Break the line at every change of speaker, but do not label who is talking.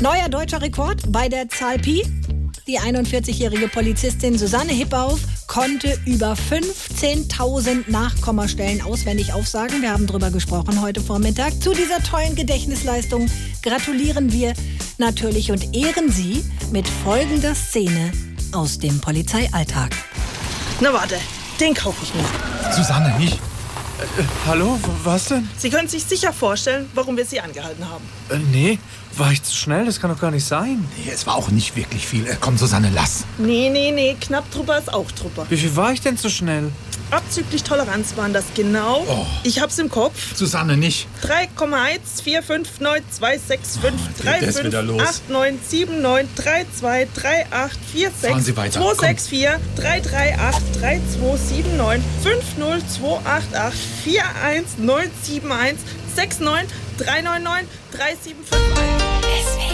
Neuer deutscher Rekord bei der Zahl Pi. Die 41-jährige Polizistin Susanne Hippauf konnte über 15.000 Nachkommastellen auswendig aufsagen. Wir haben drüber gesprochen heute Vormittag. Zu dieser tollen Gedächtnisleistung gratulieren wir natürlich und ehren Sie mit folgender Szene aus dem Polizeialltag.
Na warte, den kaufe ich mir.
Susanne, nicht? Äh, äh, hallo, W- was denn?
Sie können sich sicher vorstellen, warum wir Sie angehalten haben.
Äh, nee, war ich zu schnell? Das kann doch gar nicht sein.
Nee, es war auch nicht wirklich viel. Äh, Komm, Susanne, lass.
Nee, nee, nee, Knapptrupper ist auch Trupper.
Wie viel war ich denn zu schnell?
Abzüglich Toleranz waren das genau.
Oh.
Ich hab's im Kopf.
Susanne, nicht.
3,1, 4, 5, 9, 2, 6, 5, 3,
geht das
5,
wieder los?
8, 9, 7, 9, 3, 2, 3, 8, 4, 6,
Fahren Sie weiter,
2,
komm.
6, 4, 3, 3, 8, 3, 2, 7, 9, 5, 0, 2, 8, 8, 4, 1, 9, 7, 1, 6, 9, 3, 9, 9, 3, 7, 5, 1.
SWR